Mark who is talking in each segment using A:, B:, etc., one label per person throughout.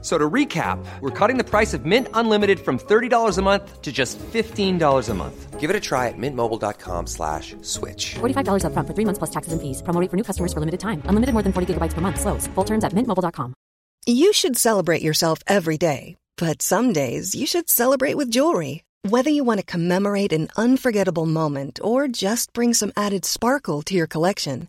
A: So to recap, we're cutting the price of Mint Unlimited from $30 a month to just $15 a month. Give it a try at mintmobile.com slash switch.
B: $45 upfront for three months plus taxes and fees. Promo rate for new customers for limited time. Unlimited more than 40 gigabytes per month. Slows. Full terms at mintmobile.com.
C: You should celebrate yourself every day, but some days you should celebrate with jewelry. Whether you want to commemorate an unforgettable moment or just bring some added sparkle to your collection,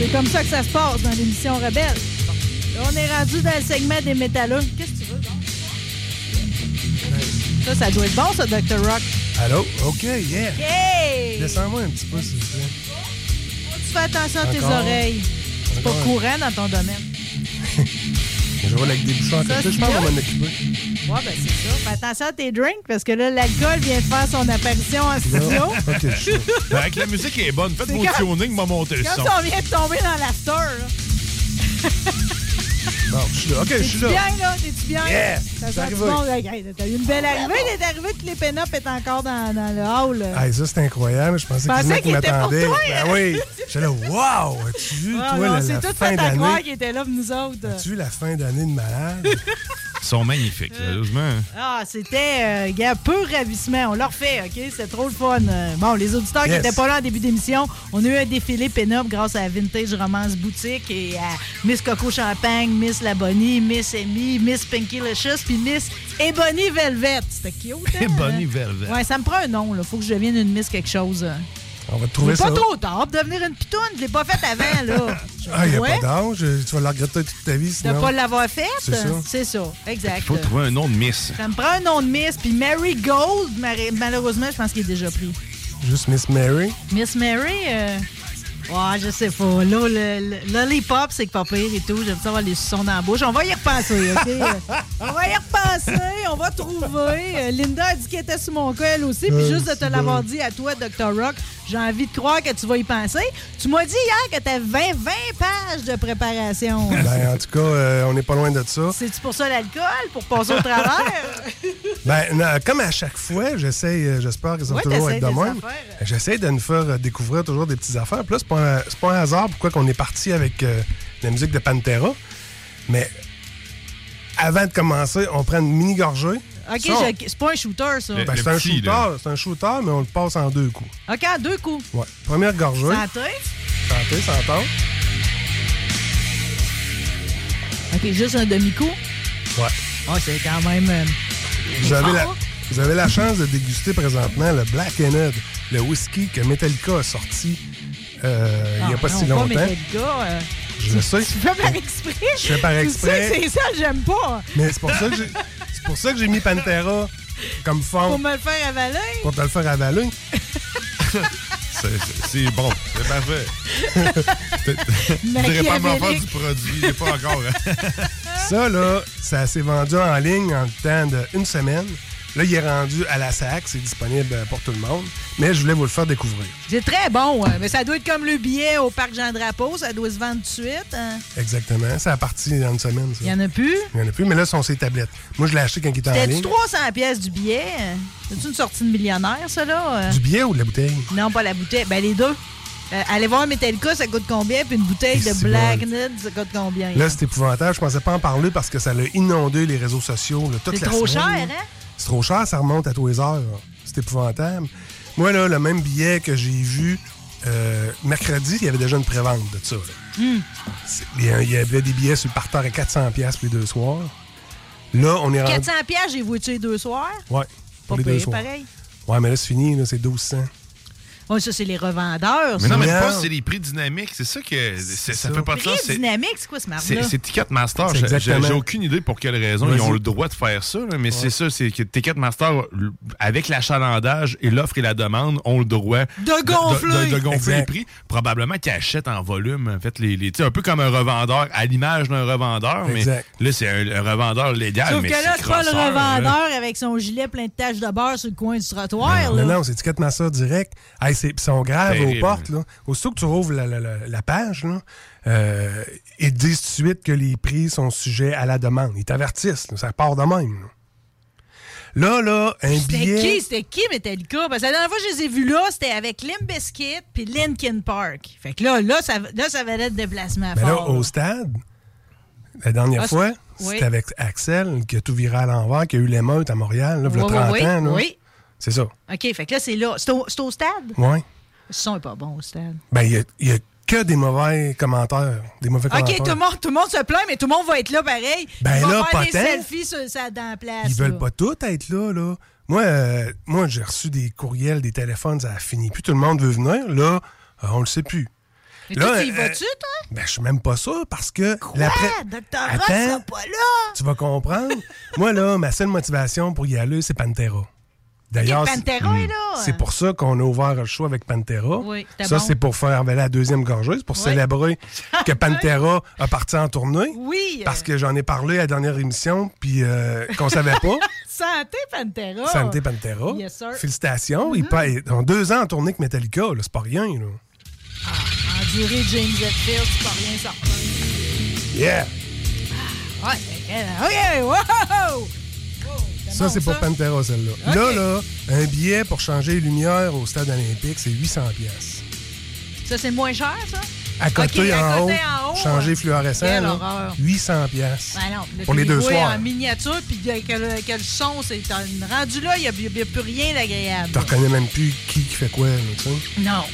D: C'est comme ça que ça se passe dans l'émission Rebelle. Là, on est rendu dans le segment des métalleux. Qu'est-ce que tu veux, donc? Ça, ça doit être bon, ça, Dr. Rock.
E: Allô? OK, yeah.
D: Hey!
E: Descends-moi un petit peu, s'il vous plaît.
D: Faut que Tu fais attention à tes
E: Encore.
D: oreilles. C'est pas
E: Encore.
D: courant dans ton domaine.
E: Je roule avec des bouchons à
D: Ça,
E: côté.
D: c'est
E: Je pense
D: là?
E: qu'on va m'en occuper.
D: Ouais, ben c'est ça. Fais attention à tes drinks, parce que là, l'alcool vient de faire son apparition en studio.
E: OK, je suis chaud.
F: Ben, Avec la musique est bonne. Faites
D: C'est
F: vos
D: quand-
F: tunings, m'a monté le son.
D: Comme si on vient de tomber dans l'after, là.
E: Bon, je suis là. OK, je
D: T'es-tu
E: suis là.
D: bien, là? T'es-tu bien?
E: Yeah!
D: Ça
E: C'est
D: sent du
E: arrivé.
D: bon. Hey, T'as eu une belle arrivée. T'es arrivé que les pin est encore dans, dans le hall. là.
E: Hey, ça, c'est incroyable. Je pensais
D: pensais
E: qu'il y en a qui
D: qu'il était pour
E: m'attendaient.
D: toi, hein?
E: Ben oui. J'étais là, wow! As-tu vu,
D: Ah,
E: toi,
D: non,
E: la,
D: c'est
E: la
D: tout
E: fin
D: fait à croire
E: d'année?
D: qu'il était là pour nous autres.
E: As-tu vu la fin d'année de malade?
F: Ils sont magnifiques,
D: Euh.
F: sérieusement. hein.
D: Ah, c'était, euh, gars, peu ravissement. On l'a refait, OK? C'était trop le fun. Euh, bon, les auditeurs qui
E: Yes.
D: n'étaient pas là en début d'émission, on a eu un défilé pénoble grâce à Vintage Romance Boutique et à Miss Coco Champagne, Miss Labonnie, Miss Amy, Miss Pinky Licious, puis Miss Ebony Velvet. C'était cute, hein?
F: Ebony Velvet.
D: Ouais, ça me prend un nom, là. Faut que je devienne une Miss quelque chose.
E: On va te
D: Mais
E: trouver ça.
D: pas trop tard pour devenir une pitoune. Je l'ai pas faite avant, là.
E: Ah, il n'y a
D: Ouais.
E: pas d'âge. Tu vas le regretter toute ta vie,
D: De
E: sinon.
D: pas l'avoir faite.
E: C'est ça.
D: C'est ça. Exact.
F: Il faut trouver un nom de Miss.
D: Ça me prend un nom de Miss, puis Mary Gold, mar- malheureusement, je pense qu'il est déjà pris.
E: Juste Miss Mary.
D: Miss Mary, euh... ouais, je sais pas. Là, le, le- lollipop, c'est que pas pire et tout. J'aime ça avoir les sons dans la bouche. On va y repenser, OK? Euh, on va y repenser, on va trouver. Euh, Linda a dit qu'elle était sous mon cas, elle aussi. Puis
E: Euh,
D: juste de te
E: c'est
D: l'avoir
E: bon.
D: dit à toi, Dr. Rock, j'ai envie de croire que tu vas y penser. Tu m'as dit hier que t'as 20, 20 pages de préparation.
E: Ben, en tout cas, euh, on n'est pas loin de ça.
D: C'est-tu pour ça l'alcool? Pour passer au travers?
E: Ben, non, comme à chaque fois, j'essaie, euh, j'espère qu'ils sont
D: Ouais,
E: toujours
D: t'essayes
E: être de
D: des
E: même.
D: affaires.
E: J'essaie de nous faire euh, découvrir toujours des petites affaires. Puis là, c'est pas, un- c'est pas un hasard pourquoi qu'on est parti avec euh, la musique de Pantera. Mais avant de commencer, on prend une mini gorgée.
D: OK,
E: Ça, on-
D: je- c'est pas un shooter, ça.
F: Le-
E: ben,
F: le
E: c'est un
F: petit,
E: shooter,
F: là.
E: c'est un shooter, mais on le passe en deux coups.
D: OK, en deux coups.
E: Ouais. Première gorgée.
D: Santé.
E: Santé, santé.
D: OK, juste un demi-coup.
E: Ouais.
D: Ah, c'est quand même... euh,
E: Vous avez, la,
D: Ah.
E: vous avez la chance de déguster présentement le Black Head, le whisky que Metallica a sorti euh, il n'y a
D: ah,
E: pas
D: non,
E: si longtemps.
D: Pas Metallica, euh,
E: Je le sais.
D: tu fais par exprès. Je
E: fais par exprès.
D: Tu sais que c'est ça, j'aime pas.
E: Mais c'est pour ça que j'ai, c'est pour ça que j'ai mis Pantera comme
D: Pour
E: fond
D: me le faire avaler.
E: pour te le faire avaler.
F: C'est- c'est- C'est bon. C'est parfait. Je dirais pas m'en faire
D: Machiavélique.
F: du produit. J'ai pas encore. hein.
E: Ça là, ça s'est vendu en ligne en temps d'une semaine. Là, il est rendu à la SAC, c'est disponible pour tout le monde. Mais je voulais vous le faire découvrir.
D: C'est très bon, hein, mais ça doit être comme le billet au parc Jean-Drapeau. Ça doit se vendre tout de suite. hein.
E: Exactement. C'est à partir dans une semaine. Ça.
D: Il y en a plus.
E: Il y en a plus, mais là, ce sont ces tablettes. Moi, je l'ai acheté quand il était en
D: T'as-tu
E: ligne.
D: 300 pièces du billet? hein? T'as-tu une sortie de millionnaire, ça, là? euh?
E: Du billet ou de la bouteille?
D: Non, pas la bouteille. Ben, les deux. Euh, allez voir Metallica, ça coûte combien? Puis une bouteille de
E: C'est
D: Black
E: bon.
D: Knight, ça coûte combien?
E: Là, c'est épouvantable. Je pensais pas en parler parce que ça l'a inondé les réseaux sociaux. là, toute
D: C'est
E: la
D: trop
E: semaine.
D: cher, hein?
E: C'est trop cher, ça remonte à tous les heures. C'est épouvantable. Moi, là, le même billet que j'ai vu euh, mercredi, il y avait déjà une prévente de ça. là.
D: Hmm.
E: C'est- Il y a- il y avait des billets sur le parterre à 400$ pour les deux soirs. Là, on est rendu.
D: 400 pièces, j'ai voué tuer deux soirs.
E: Ouais, Ah.
D: Pas
E: pour les deux
D: payé
E: soirs.
D: pareil.
E: Ouais, mais là, c'est fini, là, c'est 1200.
D: Oh, ça, c'est les revendeurs.
F: Mais
D: ça.
F: non, mais
E: Yeah.
F: pas, c'est les prix dynamiques. C'est ça que. c'est- Ça
E: ça.
F: fait pas de sens.
D: Prix
F: c'est-
D: dynamique, c'est quoi ce marque
F: C'est c'est Ticketmaster.
E: C'est
F: J'ai- J'ai
E: exactement.
F: j'ai aucune idée pour quelle raison ils
E: Vas-y.
F: ont le droit de faire ça, là, mais c'est ça, c'est que Ticketmaster, l- avec l'achalandage et l'offre et la demande, ont le droit
D: De gonfler.
F: de- de gonfler
E: Exact.
F: les prix. Probablement qu'ils achètent en volume, en fait, les, les- tu sais, un peu comme un revendeur, à l'image d'un revendeur,
E: Exact.
F: mais là, c'est un, un revendeur légal.
D: Sauf
F: mais
D: que là, c'est pas le
F: crosseur, là.
D: revendeur avec son gilet plein de taches de beurre sur le coin du trottoir.
E: Ah, Non,
D: là.
E: non, c'est Ticketmaster direct. Hey, c'est- ils sont graves
F: Terrible.
E: aux portes. Là. Aussitôt que tu rouvres la, la- la- la page, là, euh, ils te disent tout de suite que les prix sont sujets à la demande. Ils t'avertissent. là. ça part de même. Là, là, là, un
D: C'était
E: billet...
D: qui? C'était qui Metallica? Parce que la dernière fois que je les ai vus là, c'était avec Limp Bizkit puis Linkin Park. Fait que là, là, ça, là, ça valait de déplacement
E: Mais Ben là,
D: fort.
E: au stade, la dernière
D: Ah, c'est-
E: fois,
D: oui.
E: c'était avec Axel qui a tout viré à l'envers, qui a eu l'émeute à Montréal, là, il y a
D: Oui,
E: 30
D: oui, oui,
E: ans. là.
D: oui.
E: C'est ça.
D: OK, fait que là, c'est là. C'est au, c'est au stade?
E: Ouais.
D: Le son est pas bon au stade.
E: Ben, il n'y a, que des mauvais commentaires. Des mauvais
D: Ah, OK,
E: commentaires.
D: tout le, monde, tout le monde se plaint, mais tout le monde va être là pareil.
E: Ben
D: Ils vont
E: là,
D: faire des
E: pas tant.
D: selfies sur, ça, dans la place.
E: Ils veulent
D: là.
E: pas tous être là, là. Moi, euh, moi j'ai reçu des courriels, des téléphones, ça a fini. Plus tout le monde veut venir, là, euh, on le sait plus.
D: Mais
E: Là,
D: toi, tu y
E: euh,
D: vas-tu, toi?
E: Ben, je suis même pas sûr parce que...
D: Ouais,
E: la pré-
D: Dr. Ross
E: Attends,
D: sera pas là.
E: Tu vas comprendre. Moi, là, ma seule motivation pour y aller, c'est Pantera. D'ailleurs,
D: Et
E: c'est-
D: Pantera est là. hein.
E: C'est pour ça qu'on a ouvert le show avec Pantera.
D: Oui, c'était
E: ça,
D: bon.
E: c'est pour faire avaler la deuxième gorgeuse, pour
D: Oui.
E: célébrer que Pantera a parti en tournée.
D: Oui. euh,
E: Parce que j'en ai parlé à la dernière émission, puis euh, qu'on savait pas.
D: Santé, Pantera.
E: Santé Pantera.
D: Oh! Yes, sir. Mm-hmm.
E: Félicitations. Ils pa- Ils ont deux ans en tournée avec Metallica, là, c'est pas rien. Là.
D: Enduré James Hetfield, c'est pas rien sortir.
E: Yeah!
D: Ouais, ok, wow! Oh,
E: Ça, c'est pour Pantera, celle-là. Là, là, un billet pour changer les lumières au stade olympique, c'est 800 pièces.
D: Ça, c'est le moins cher, ça?
E: À côté,
D: Ok, à
E: en,
D: côté,
E: haut,
D: en haut,
E: changer
D: hein.
E: fluorescent,
D: Quelle
E: là,
D: horreur.
E: 800 pièces
D: Ben non, là,
E: pour
D: tu
E: les deux
D: vois
E: soirs.
D: en miniature, puis que, que le, que le son, c'est un- rendu là, il n'y a, plus rien d'agréable.
E: Tu reconnais même plus qui, qui fait quoi, là, tu sais.
D: Non.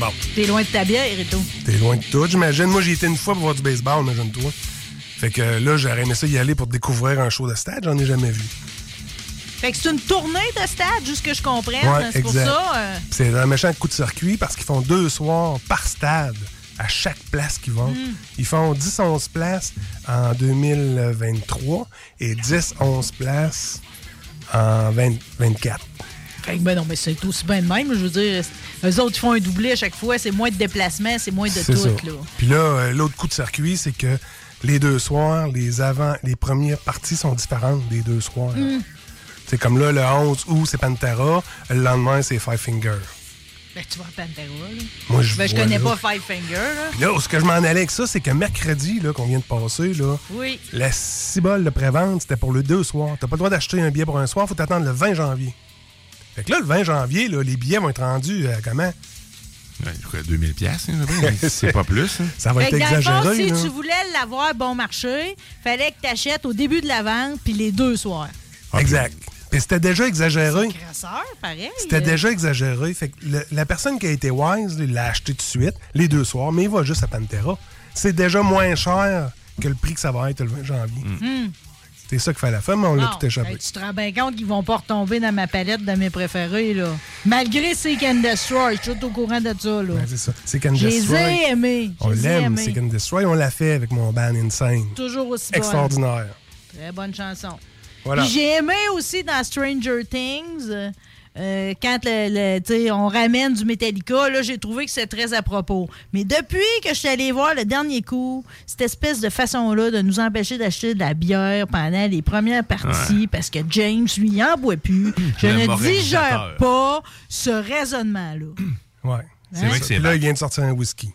E: Bon.
D: T'es loin de ta bière et tout.
E: T'es loin de tout, j'imagine. Moi, j'y étais une fois pour voir du baseball, mais jeune toi. Fait que euh, là, j'aurais aimé ça y aller pour découvrir un show de stade, j'en ai jamais vu.
D: Fait que c'est une tournée de stade, juste que je comprenne.
E: Ouais,
D: c'est pour
E: exact.
D: ça. euh,
E: C'est un méchant coup de circuit parce qu'ils font deux soirs par stade à chaque place qu'ils vont.
D: Mm.
E: Ils font 10-11 places en 2023 et 10-11 places en 2024.
D: Fait que ben non, mais c'est aussi bien de même. Je veux dire, eux autres, ils font un doublé à chaque fois. C'est moins de déplacements, c'est moins de
E: C'est ça.
D: tout, là.
E: Puis là, euh, l'autre coup de circuit, c'est que les deux soirs, les avant, les premières parties sont différentes des deux soirs.
D: Mm.
E: C'est comme là, le 11 août, c'est Pantera, le lendemain, c'est Five Finger.
D: Ben, tu vois, Pantera, là.
E: Moi, je
D: Ben, je
E: vois
D: connais
E: là.
D: pas Five Finger, là.
E: Puis là, où ce que je m'en allais avec ça, c'est que mercredi, là, qu'on vient de passer, là,
D: Oui.
E: La cibole de prévente, c'était pour le deux soirs. T'as pas le droit d'acheter un billet pour un soir, faut t'attendre le 20 janvier. Fait que là, le 20 janvier, là, les billets vont être rendus à comment?
F: Ouais, il coûte 2000 pièces, hein, mais c'est pas plus. hein.
E: Ça va
D: Fait
E: être
D: que dans le fond, si
E: exagéré. là.
D: tu voulais l'avoir bon marché, fallait que tu achètes au début de la vente, puis les deux soirs.
E: Exact. Puis c'était déjà exagéré.
D: Crasseur, pareil. euh.
E: C'était déjà exagéré. Fait que le- la personne qui a été wise, là, il l'a acheté tout de suite, les deux soirs, mais il va juste à Pantera. C'est déjà moins cher que le prix que ça va être le 20 janvier. C'est ça qu'il fallait faire, mais on l'a
D: Mm. Bon,
E: tout échappé.
D: hey, tu te rends bien compte qu'ils vont pas retomber dans ma palette de mes préférés, là. Malgré Seek and Destroy, je suis tout au courant de ça, là.
E: Ouais, c'est ça. C'est Can
D: Je les
E: Destroy.
D: ai aimés. Je
E: On
D: les ai
E: l'aime,
D: aimés.
E: c'est Can Destroy. On l'a fait avec mon band Insane.
D: Toujours aussi bonne.
E: Extraordinaire.
D: Très bonne chanson.
E: Voilà.
D: Puis J'ai aimé aussi dans Stranger Things. euh, euh, quand le, le- tu sais, on ramène du Metallica, là, j'ai trouvé que c'est très à propos. Mais depuis que je suis allée voir le dernier coup, cette espèce de façon-là de nous empêcher d'acheter de la bière pendant les premières parties parce que James, lui, il en boit plus. Je
F: Le
D: ne digère
F: moralisateur.
D: pas ce raisonnement-là. Hein?
E: Ouais.
F: C'est vrai que c'est
E: Puis là,
F: battre.
E: il vient de sortir un whisky.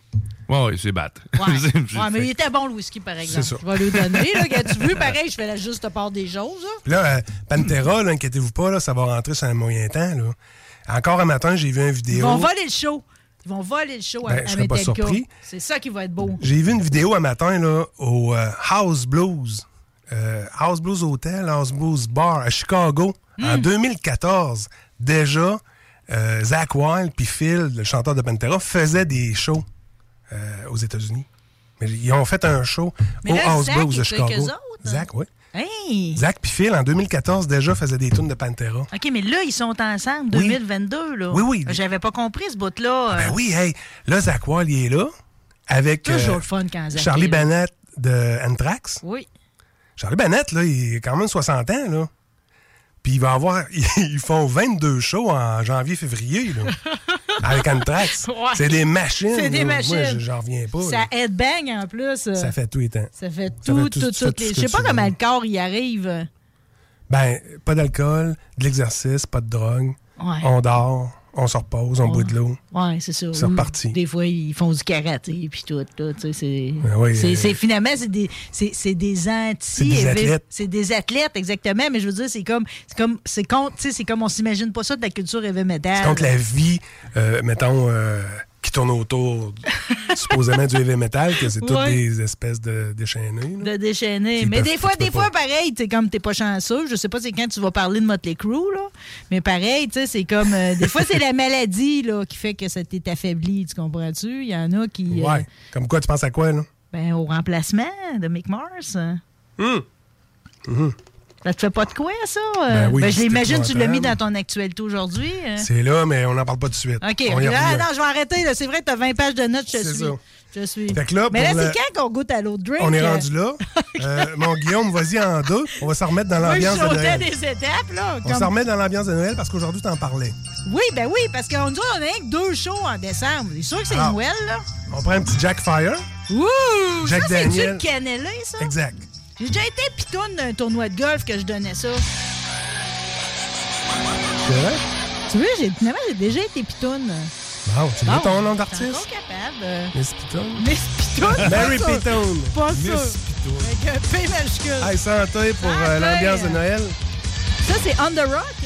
F: Ouais, ouais, c'est battre.
D: Ouais.
F: C'est- c'est-
D: Ouais, mais il était bon, le whisky, par exemple.
E: ça.
D: Je vais lui donner. Là, que tu veux, pareil, je fais la juste part des choses. là.
E: Puis là, euh, Pantera, là, inquiétez-vous pas, là, ça va rentrer sur un moyen temps. Là. Encore un matin, j'ai vu une
D: Ils
E: vidéo.
D: vont voler le show. Ils vont voler le show à-
E: oh. Ben,
D: à,
E: je serais pas
D: Metallica.
E: surpris.
D: C'est ça qui va être beau.
E: J'ai vu une vidéo un matin là, au euh, House Blues. euh, House Blues Hotel, House Blues Bar à Chicago
D: Hmm.
E: en 2014. Déjà, euh, Zach Wilde puis Phil, le chanteur de Pantera, faisaient des shows euh, aux États-Unis. Mais ils ont fait un show
D: Mais
E: au
D: là,
E: House
D: Zach
E: Blues de
D: est avec
E: Chicago.
D: eux autres, hein?
E: Zach, oui.
D: Hey!
E: Zach puis Phil, en 2014, déjà, faisaient des tunes de Pantera.
D: OK, mais là, ils sont ensemble,
E: Oui.
D: 2022, là.
E: Oui, oui.
D: J'avais pas compris ce bout-là. euh,
E: Ben oui, hey, là, Zach Wall, il est là, avec euh,
D: Toujours le fun quand Zach
E: Charlie
D: est là.
E: Bennett de Anthrax.
D: Oui.
E: Charlie Bennett, là, il est quand même 60 ans, là. Puis il va avoir... Ils font 22 shows en janvier-février, là, avec Anthrax.
D: Ouais.
E: C'est des machines.
D: C'est des
E: là. Moi,
D: machines.
E: j- j'en reviens pas.
D: Ça
E: là.
D: headbang en plus. euh,
E: Ça fait tout les temps.
D: Ça fait
E: ça
D: tout,
E: fait
D: tout,
E: tout- ça fait
D: tout.
E: tout
D: les-
E: ce
D: Je
E: que
D: sais pas
E: tu
D: comment
E: veux.
D: le corps y arrive.
E: Ben, pas d'alcool, de l'exercice, pas de drogue.
D: Ouais.
E: On dort, on se repose, on boit de l'eau.
D: Ouais, c'est ça.
E: C'est
D: Ou
E: reparti.
D: Des fois, ils font du karaté puis tout. Là, tu sais, c'est,
E: Ben oui,
D: c'est,
E: euh,
D: c'est- finalement, c'est des, c'est, c'est des anti.
E: C'est des athlètes.
D: C'est des athlètes, exactement. Mais je veux dire, c'est comme, c'est comme, c'est contre, tu sais, c'est comme on s'imagine pas ça de la culture heavy metal.
E: C'est contre la vie, euh, mettons, euh, qui tourne autour supposément du heavy metal, que c'est toutes
D: Ouais.
E: des espèces de déchaînés. là.
D: de déchaîner.
E: Qui
D: Mais
E: peuvent-
D: des fois,
E: qui
D: des
E: peuvent
D: fois,
E: pas.
D: pareil, t'es comme t'es pas chanceux. Je sais pas c'est quand tu vas parler de Motley Crue, là. Mais pareil, tu sais, c'est comme euh, des fois c'est la maladie là qui fait que ça t'est affaibli, tu comprends-tu? Il y en a qui euh,
E: Ouais. Comme quoi, tu penses à quoi, là?
D: ben, au remplacement de Mick Mars. Ça te fait pas de quoi, ça?
E: Hum. Ben oui,
D: je
E: c'est
D: l'imagine, tu l'as mis dans
E: épouvantable.
D: ton actualité aujourd'hui. hein?
E: C'est là, mais on n'en parle pas tout de suite.
D: OK.
E: On y
D: Ah,
E: revient.
D: non, je vais arrêter. là. C'est vrai, t'as 20 pages de notes, je
E: C'est
D: suis.
E: ça.
D: Je suis.
E: Fait que là,
D: Mais là,
E: pour le-
D: c'est quand qu'on goûte à l'autre drink?
E: On est
D: euh,
E: rendu là. Euh, mon Guillaume, vas-y en deux. On va s'en remettre dans
D: Moi, je
E: l'ambiance de
D: sautais
E: Noël.
D: des étapes, là.
E: On
D: comme-
E: s'en remet dans l'ambiance de Noël parce qu'aujourd'hui, t'en parlais.
D: Oui, ben oui, parce qu'on nous autres, on a rien que deux shows en décembre. C'est sûr que c'est
E: Ah.
D: Noël, là.
E: On prend un petit Jack Fire.
D: Ouh!
E: Jack
D: ça, c'est-tu
E: Daniel.
D: le cannelé, ça?
E: Exact.
D: J'ai déjà été pitoune d'un tournoi de golf que je donnais ça.
E: C'est vrai?
D: Tu vois, j'ai, finalement, j'ai déjà été pitoune.
E: Wow, tu veux
D: Bon,
E: ton nom
D: t'es encore
E: d'artiste?
D: capable. euh,
E: Miss Pitone.
D: Miss Pitoune.
E: Mary
D: pas sûr.
E: Pitone.
D: Pas sûr. Ah,
F: Miss Pitoune.
D: Avec un P majuscule.
E: Hey, santé pour euh,
D: Santé.
E: l'ambiance de Noël.
D: Ça, c'est On The Rock.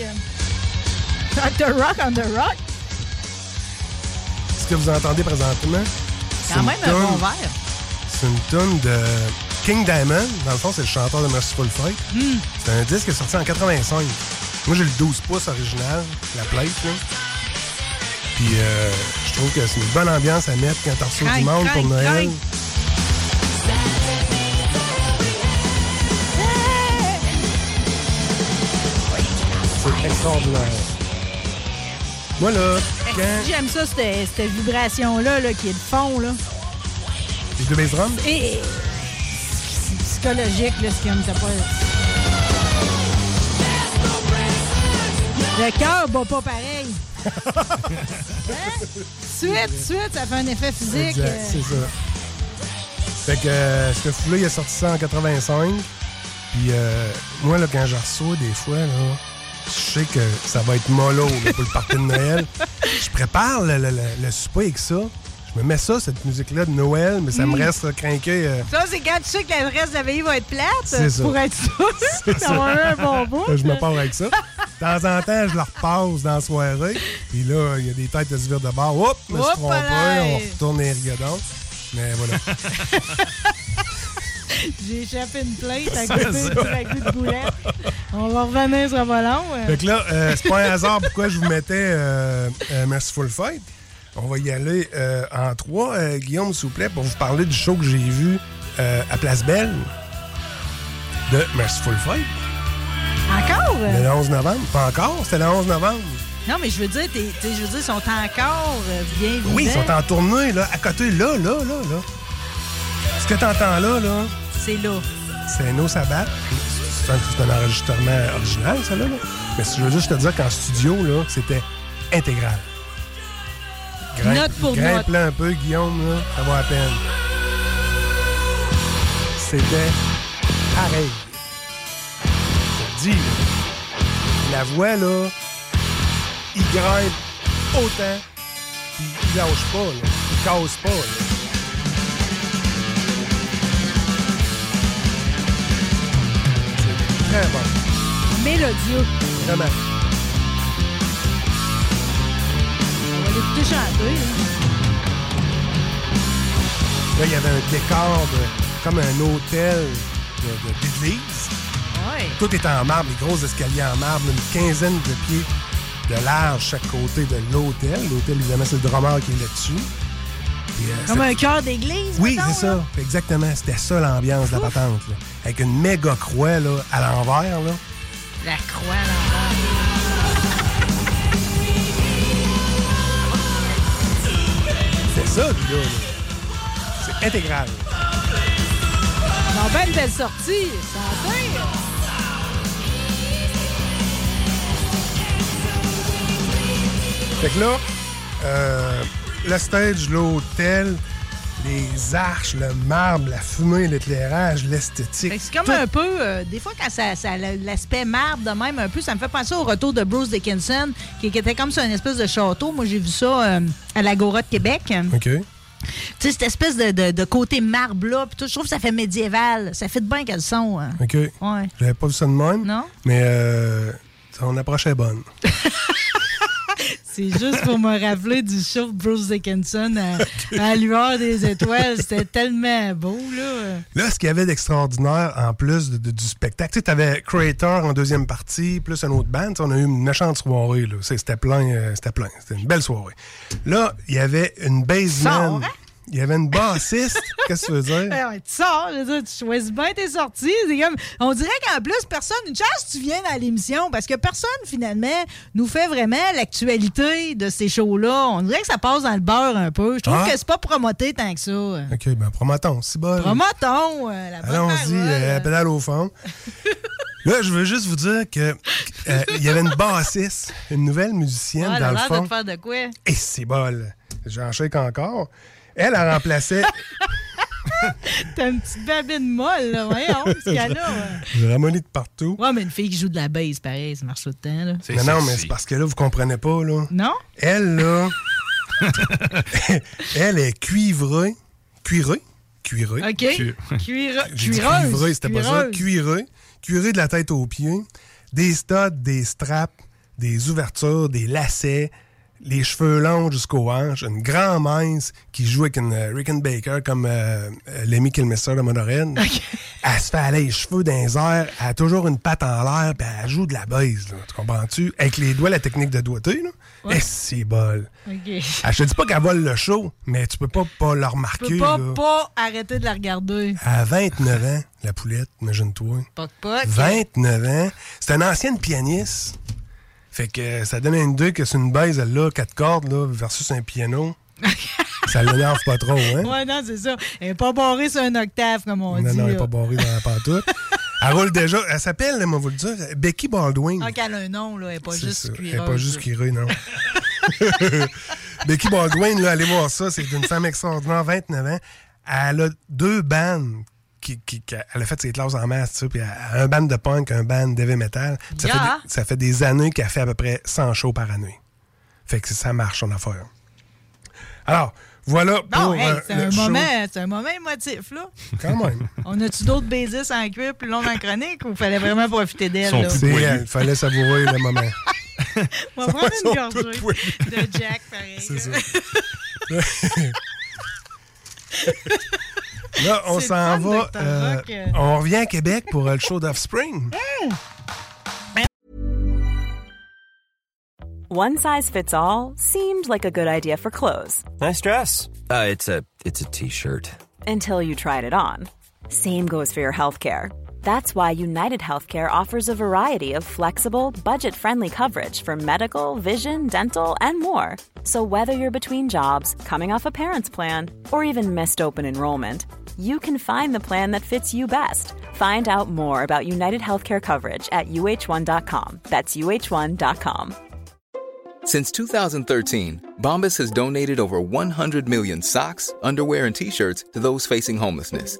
D: Dr. Rock, On The Rock.
E: Ce que vous entendez présentement,
D: C'est
E: c'est
D: Quand
E: une,
D: même un bon
E: toune-
D: verre.
E: c'est une toune de King Diamond. Dans le fond, c'est le chanteur de Merciful Fate.
D: Hmm.
E: C'est un disque qui est sorti en 85. Moi, j'ai le 12 pouces original, la plate. là. Puis euh, je trouve que c'est une bonne ambiance à mettre quand t'as reçu du
D: Crank,
E: monde pour
D: crank,
E: Noël.
D: crank.
E: C'est extraordinaire. Moi, là,
D: Hey,
E: quand...
D: J'aime ça, cette, cette vibration-là là, qui est de fond. Là.
E: Les deux bass drums,
D: Et, et- c'est psychologique, là, ce qu'il y a, mais t'as pas... Le cœur bat pas pareil. Hein? Suite, suite, ça fait un effet physique.
E: Exact,
D: euh,
E: c'est ça. Fait que euh, ce fou-là, il a sorti ça en 85. Puis euh, moi, là, quand je reçois des fois, là, je sais que ça va être mollo là, pour le party de Noël. Je prépare le, le- le- le souper avec ça. Je me mets ça, cette musique-là de Noël, mais ça me reste là, craqué. euh,
D: Ça, c'est quand tu sais que le reste de la veillée va être plate.
E: C'est ça.
D: Pour être sûr d'avoir eu un bon bout.
E: je me pars avec ça. De temps en temps, je la repasse dans la soirée. Puis là, il y a des têtes de se virer de bord. Oups, je me
D: Oups,
E: suis trompé.
D: là.
E: On retourne les rigodons. Mais voilà.
D: J'ai échappé une plainte à côté du ragoût de boulette. On va revenir sur le volant. euh.
E: Fait que là, euh, c'est pas un hasard pourquoi je vous mettais euh, euh, Merciful Fate. On va y aller euh, en trois. Euh, Guillaume, s'il vous plaît, pour vous parler du show que j'ai vu euh, à Place Belle de Merciful Fate
D: Encore? euh?
E: le 11 novembre. Pas encore, c'était le 11 novembre.
D: Non, mais je veux dire, t'es- t'es- je veux dire, ils sont encore euh, bien vivants.
E: Oui, ils sont en tournée, là, à côté, là, là, là, là. Ce que t'entends là, là,
D: C'est là.
E: c'est No Sabbath. C'est un, c'est un enregistrement original, ça, là. là. Mais si je veux juste te dire qu'en studio, là, c'était intégral. Grimpe-
D: Note pour
E: grimpe
D: note.
E: là un peu, Guillaume, là, ça va à peine. C'était pareil. Je te dis, là, la voix, là, il grimpe autant, puis il lâche pas, là. Il casse pas, là. C'est très bon,
D: Mélodieux.
E: vraiment.
D: On va l'écouter chanter. hein.
E: Là, il y avait un décor de- comme un hôtel de- de- d'église.
D: Ouais.
E: Tout est en marbre, les gros escaliers en marbre, une quinzaine de pieds de large chaque côté de l'hôtel. L'hôtel, évidemment, c'est le drummer qui est là-dessus. Puis, euh,
D: Comme
E: c'était-
D: un cœur d'église.
E: Oui,
D: mettons,
E: c'est ça.
D: là.
E: Exactement. C'était ça l'ambiance de la patente. là. Avec une méga croix là, à l'envers. là.
D: La croix, là.
E: C'est ça, le gars. là. C'est intégral.
D: Ils ont bien une belle sortie. Santé.
E: Fait que là, euh, le stage, l'hôtel, les arches, le marbre, la fumée, l'éclairage, l'esthétique.
D: Fait que c'est comme
E: tout.
D: un peu, euh, des fois, quand ça, ça a l'aspect marbre de même, un peu, ça me fait penser au retour de Bruce Dickinson, qui, qui était comme sur une espèce de château. Moi, j'ai vu ça euh, à l'Agora de Québec.
E: OK.
D: Tu sais, cette espèce de, de- de côté marbre-là, puis tout, je trouve que ça fait médiéval. Ça fait de bien qu'elles sont. hein.
E: OK.
D: Ouais.
E: J'avais pas vu ça de même.
D: Non?
E: Mais euh, on approchait bonne.
D: C'est juste pour me rappeler du show de Bruce Dickinson euh, à, à Lueur des Étoiles. C'était tellement beau, là.
E: Là, ce qu'il y avait d'extraordinaire en plus de- de- du spectacle, tu sais, t'avais Creator en deuxième partie, plus un autre band. Tu sais, On a eu une méchante soirée, là. C'est- C'était plein, euh, c'était plein. C'était une belle soirée. Là, il y avait une
D: Sors,
E: baseman.
D: hein?
E: Il y avait une bassiste. Qu'est-ce que tu veux dire?
D: Ben ouais, tu sors, je veux dire, tu choisis bien tes sorties. C'est comme, on dirait qu'en plus, personne, une chance que tu viennes à l'émission parce que personne, finalement, nous fait vraiment l'actualité de ces shows-là. On dirait que ça passe dans le beurre un peu. Je trouve
E: Ah.
D: que c'est pas promoté tant que ça.
E: OK, ben, promettons. C'est bon.
D: Promotons euh, la bonne
E: Allons-y,
D: parole.
E: euh, la pédale au fond. Là, je veux juste vous dire que euh, il y avait une bassiste, une nouvelle
D: Ouais,
E: musicienne
D: elle a
E: dans le
D: l'air
E: fond.
D: de te faire de quoi?
E: Et c'est bol. J'en shake encore. Elle a remplacé.
D: T'as une petite babine molle, là, voyons, ce qu'elle a. ouais.
E: Je ramollis de partout.
D: Ouais, mais une fille qui joue de la bass, pareil, ça marche tout le temps, là.
F: C'est
E: Non, non,
F: sexy.
E: mais c'est parce que là, vous comprenez pas, là.
D: Non?
E: Elle, là. elle est cuivrée. Cuirée? Cuirée.
D: OK.
F: Cu-
D: Cuira-
E: J'ai dit
D: cuireuse,
E: cuivrée, c'était pas ça.
D: cuireuse.
E: Cuirée. Cuirée de la tête aux pieds. Des studs, des straps, des ouvertures, des lacets, les cheveux longs jusqu'aux hanches. Une grande mince qui joue avec une euh, Rickenbacker comme euh, euh, Lemmy Kilmister de Monorail. Elle se fait aller les cheveux dans les airs. Elle a toujours une patte en l'air. Puis elle joue de la base. là. Tu comprends-tu? Avec les doigts, la technique de doigté. Là. Eh, c'est bol.
D: OK.
E: Ah, Je te dis pas qu'elle vole le show, mais tu peux pas pas le
D: Je
E: remarquer.
D: peux pas,
E: là.
D: pas arrêter de la regarder.
E: À 29 ans, la poulette, imagine-toi.
D: Poc, poc.
E: 29 ans. C'est une ancienne pianiste. Fait que euh, ça donne une idée que c'est une base, elle a quatre cordes, là, versus un piano. ça l'énerve pas trop, hein?
D: Ouais, non, c'est ça. Elle n'est pas barrée sur un octave, comme on
E: non,
D: dit. euh.
E: non, elle est
D: là.
E: pas barrée dans la pantoute. elle roule déjà. Elle s'appelle, là, moi, vous le dire, Becky Baldwin.
D: Tant qu'elle a un nom, là, elle n'est pas
E: C'est ça.
D: juste
E: Elle
D: cuireuse.
E: est pas juste curée, non. Becky Baldwin, là, allez voir ça, c'est une femme extraordinaire, 29 ans. Elle a deux bands. Qui, qui- qui- elle a fait ses classes en masse, tu sais, puis elle a un band de punk, un band d'heavy metal. Puis Ça,
D: Yeah.
E: fait des, ça fait des années qu'elle fait à peu près 100 shows par année. Fait que ça marche, son affaire. Alors, voilà pour
D: Non, hey,
E: euh,
D: c'est
E: le
D: un,
E: show.
D: moment- c'est un moment émotif, là.
E: Quand même.
D: On a-tu d'autres baisers en cuir plus long dans la chronique ou fallait vraiment profiter d'elle?
F: Son
D: là?
F: petit-
E: C'est
F: Poilu.
E: elle, fallait savourer le moment.
D: On va prendre une
E: sont
D: gorgée
E: toutes poilues.
D: de Jack, pareil.
E: C'est ça. Là, on
D: C'est
E: s'en
D: le fun,
E: va.
D: Dr.
E: euh,
D: Rock.
E: on revient à Québec pour euh, le show d'Offspring.
G: One size fits all seemed like a good idea for clothes
H: Nice dress. Uh, it's a it's a t-shirt.
G: until you tried it on. Same goes for your healthcare. That's why United Healthcare offers a variety of flexible, budget friendly coverage for medical, vision, dental, and more. So, whether you're between jobs, coming off a parent's plan, or even missed open enrollment, you can find the plan that fits you best. Find out more about United Healthcare coverage at uh1.com. That's uh1.com.
I: Since 2013, Bombas has donated over 100 million socks, underwear, and t shirts to those facing homelessness.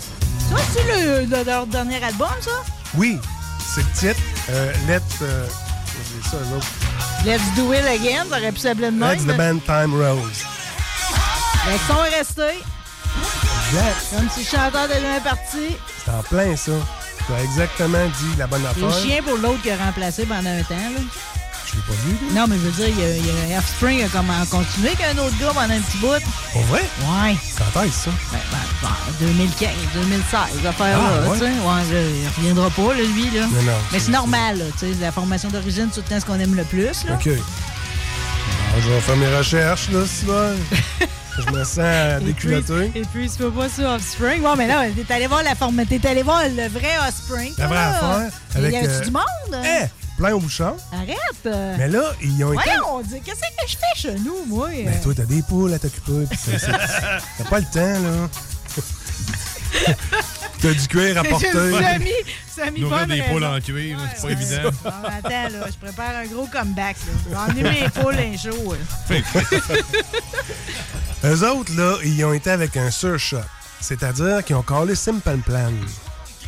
D: c'est le, de leur dernier album, ça?
E: Oui, c'est le titre. Euh, let's. euh, j'ai ça, là.
D: Let's Do It Again, ça aurait pu s'appeler de même.
E: Let's the band Time Rose.
D: Les sons restés.
E: Exact.
D: Comme si le chanteur de loin parti.
E: C'est en plein, ça. Tu as exactement dit la bonne
D: C'est
E: affaire.
D: chien pour l'autre qui a remplacé pendant un temps. Là.
E: Je l'ai pas vu. lui.
D: Non, mais je veux dire, il y a, il y a Offspring a comme a continué avec un autre gars pendant un petit bout.
E: Pour vrai?
D: Ouais.
E: Quand est-ce, ça?
D: Ben, ben, ben, 2015, 2016, affaire
E: Ah,
D: là,
E: ouais.
D: tu sais. Ouais, là, il reviendra pas, là, lui, là.
E: Non, non,
D: mais
E: c'est-
D: c'est normal, là, tu sais. La formation d'origine, c'est tout le temps ce qu'on aime le plus, là.
E: OK. Bon, je vais faire mes recherches, là, si bon. Je me sens déculotté.
D: Et puis, tu peux pas sur Offspring. Bon, mais là, t'es allé voir la forme, t'es allé voir le vrai Offspring.
E: La vraie
D: toi, là.
E: affaire.
D: Mais
E: Avec,
D: y avait-tu
E: euh,
D: du monde?
E: Eh! Plein au bouchon.
D: Arrête! euh.
E: Mais là, ils ont été.
D: Voyons, on dit, qu'est-ce que je fais chez nous, moi?
E: Ben, toi, t'as des poules à t'occuper. pis c'est- c'est- T'as pas le temps, là. t'as du cuir à porter.
D: Samy, Samy,
F: Nourrir
D: bonne
F: des
D: raison.
F: poules en cuir, là, c'est pas évident.
D: Ah, mais attends, là, je prépare un gros comeback. là. J'en ai mes poules un jour.
E: Eux autres, là, ils ont été avec un surshot. C'est-à-dire qu'ils ont collé Simple Plan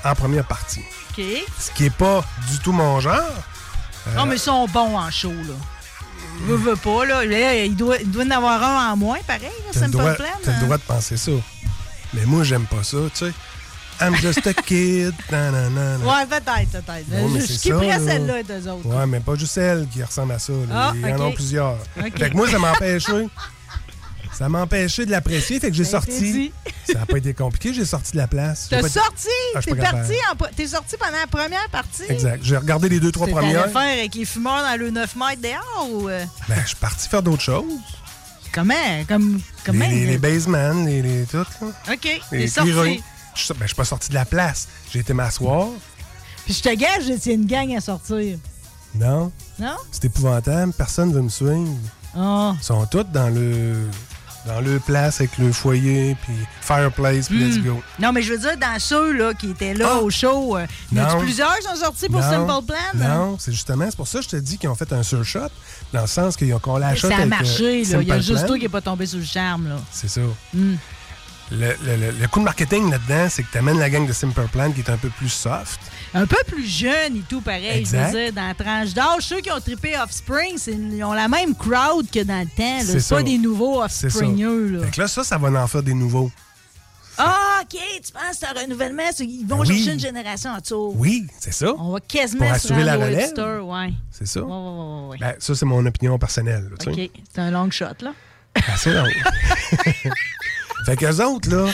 E: en première partie.
D: OK.
E: Ce qui est pas du tout mon genre.
D: Non, mais ils sont bons en show, là. Veux, veux pas, là. Là, Il doit, il doit en avoir un en moins, pareil, là,
E: T'as le,
D: Simple
E: droit,
D: Plan.
E: t'as le
D: hein.
E: droit de penser ça. Mais moi, j'aime pas ça, tu sais. I'm just a kid. nan, nan, nan, nan.
D: Ouais, peut-être, peut-être.
E: Non, mais
D: je
E: c'est
D: je
E: ça,
D: skipperais
E: là.
D: celle-là et deux autres.
E: Ouais, mais pas juste elle qui ressemble à ça. là.
D: Ah,
E: Il y en a
D: ok.
E: plusieurs.
D: Ok.
E: Fait que moi, ça m'empêchait. ça m'empêchait de l'apprécier. Fait que j'ai
D: Ça a été
E: sorti. Ça n'a pas été compliqué. J'ai sorti de la place. J'ai
D: T'as
E: pas-
D: sorti!
E: Ah, je suis
D: T'es
E: pas capable.
D: parti, en pre- t'es sorti pendant la première partie.
E: Exact. J'ai regardé les deux, trois
D: T'es allé
E: premières.
D: faire avec les fumeurs dans le 9 mètres dehors ou... euh,
E: Ben, je suis parti faire d'autres choses.
D: Comment? Comme,
E: Les,
D: comment?
E: les, les basements, les, les tout. Là.
D: OK,
E: Les
D: t'es sorti.
E: cuirons. Je suis- ben, je suis pas sorti de la place. J'ai été m'asseoir.
D: Puis je te gage, c'est une gang à sortir.
E: Non,
D: Non?
E: c'est épouvantable. Personne ne veut me suivre.
D: Ah.
E: Ils sont tous dans le dans le place avec le foyer, puis fireplace, puis let's go.
D: Non, mais je veux dire, dans ceux là, qui étaient là au show, euh, y a-tu
E: Ah! Non.
D: plusieurs qui sont sortis pour Simple Plan? hein?
E: Non, c'est justement, c'est pour ça que je te dis qu'ils ont fait un surshot, dans le sens qu'ils ont collé la shot
D: Ça a
E: avec, euh,
D: marché, là. Il y a
E: Simple
D: juste toi
E: Plan.
D: qui Hmm. n'est pas tombé sous le charme, là.
E: C'est ça. Le, le- le- le coup de marketing là-dedans, c'est que tu amènes la gang de Simple Plan qui est un peu plus soft.
D: Un peu plus jeune et tout, pareil. Je
E: Exact.
D: veux dire, dans la tranche d'âge, ceux qui ont trippé Offspring, c'est- ils ont la même crowd que dans le temps, là.
E: C'est
D: C'est
E: ça.
D: pas des nouveaux
E: C'est ça.
D: Offspringeux, là.
E: Fait que là, ça, ça va en faire des nouveaux.
D: Ah, OK, tu penses que c'est un renouvellement? c'est- Ils vont
E: Ben oui.
D: chercher une génération en dessous.
E: Oui, c'est ça.
D: On va quasiment
E: Pour
D: se
E: assurer
D: rendre
E: la
D: au
E: relève.
D: hipster, ouais.
E: C'est ça.
D: Ouais, ouais, ouais, ouais, ouais.
E: Ben, ça, c'est mon opinion personnelle. là, tu sais.
D: OK, c'est un long shot, là.
E: Assez long. fait qu'eux autres, là,